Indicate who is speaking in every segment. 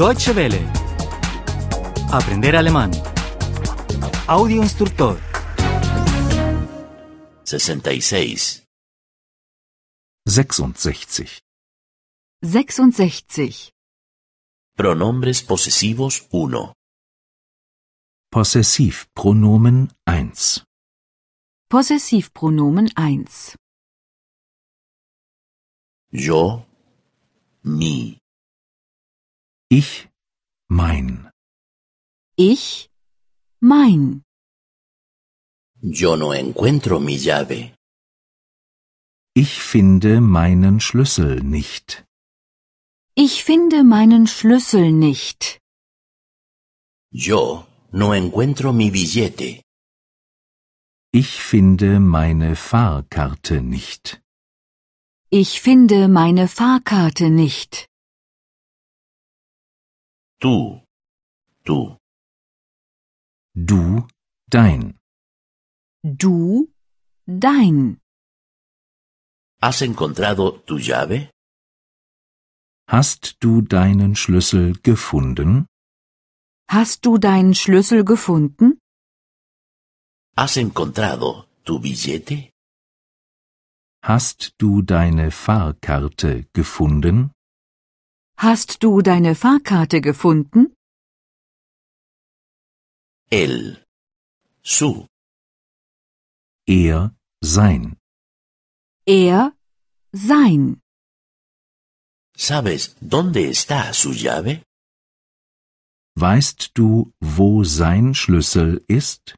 Speaker 1: Deutsche Welle. Aprender alemán. Audio instructor.
Speaker 2: 66.
Speaker 3: 66.
Speaker 4: 66.
Speaker 2: Pronombres posesivos 1.
Speaker 3: Possessivpronomen 1.
Speaker 4: Possessivpronomen 1.
Speaker 2: Yo, mi,
Speaker 3: Ich, mein,
Speaker 4: Ich, mein.
Speaker 2: yo no encuentro mi llave.
Speaker 3: ich finde meinen Schlüssel nicht.
Speaker 4: Ich finde meinen Schlüssel nicht.
Speaker 2: Yo no encuentro mi billete.
Speaker 3: Ich finde meine Fahrkarte nicht.
Speaker 4: Ich finde meine Fahrkarte nicht.
Speaker 2: Tú, tú,
Speaker 3: Du, dein.
Speaker 4: Du, dein.
Speaker 2: ¿has encontrado tu llave?
Speaker 3: Hast du deinen Schlüssel gefunden?
Speaker 4: Hast du deinen Schlüssel gefunden?
Speaker 2: ¿Has encontrado tu billete?
Speaker 3: Hast du deine Fahrkarte gefunden?
Speaker 4: Hast du deine Fahrkarte gefunden?
Speaker 2: Él, su,
Speaker 3: Er, sein.
Speaker 4: Er, sein.
Speaker 2: ¿sabes dónde está su llave?
Speaker 3: Weißt du, wo sein Schlüssel ist?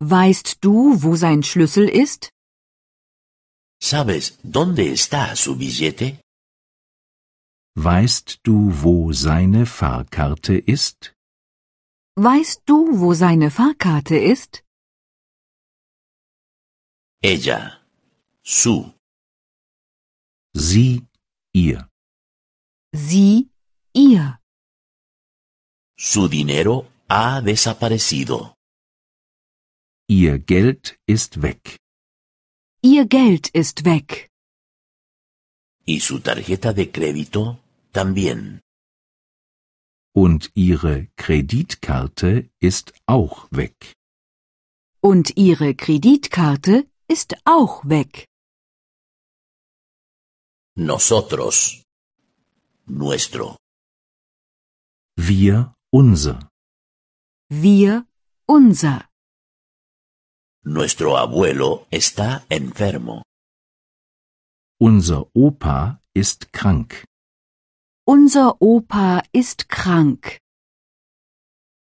Speaker 4: Weißt du, wo sein Schlüssel ist?
Speaker 2: ¿Sabes dónde está su billete?
Speaker 3: Weißt du, wo seine Fahrkarte ist?
Speaker 4: Weißt du, wo seine Fahrkarte ist?
Speaker 2: Ella, su,
Speaker 3: Sie, ihr.
Speaker 4: Sie, ihr.
Speaker 2: su dinero ha desaparecido.
Speaker 3: Ihr Geld ist weg.
Speaker 4: Ihr Geld ist weg.
Speaker 2: Y su tarjeta de crédito también.
Speaker 3: Und ihre Kreditkarte ist auch weg.
Speaker 4: Und ihre Kreditkarte ist auch weg.
Speaker 2: Nosotros. Nuestro.
Speaker 3: Wir, unser.
Speaker 4: Wir, unser.
Speaker 2: Nuestro abuelo está enfermo.
Speaker 3: Unser Opa ist krank.
Speaker 4: Unser Opa ist krank.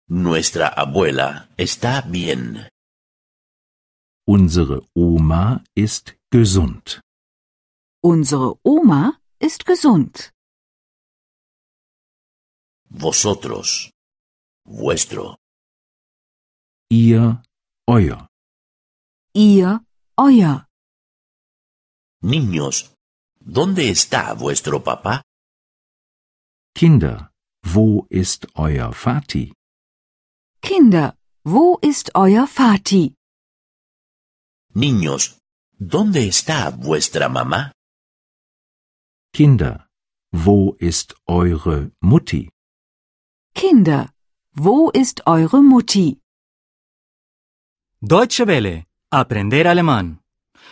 Speaker 2: Nuestra abuela está bien.
Speaker 3: Unsere Oma ist gesund.
Speaker 4: Unsere Oma ist gesund.
Speaker 2: Vosotros. Vuestro.
Speaker 3: Ihr, euer.
Speaker 4: Ihr, euer.
Speaker 2: Niños. ¿Dónde está vuestro papá?
Speaker 3: Kinder, wo ist euer Vati?
Speaker 4: Kinder, wo ist euer Vati?
Speaker 2: Niños. ¿Dónde está vuestra mamá?
Speaker 3: Kinder, wo ist eure Mutti?
Speaker 4: Kinder, wo ist eure Mutti?
Speaker 1: Deutsche Welle. Aprender alemán.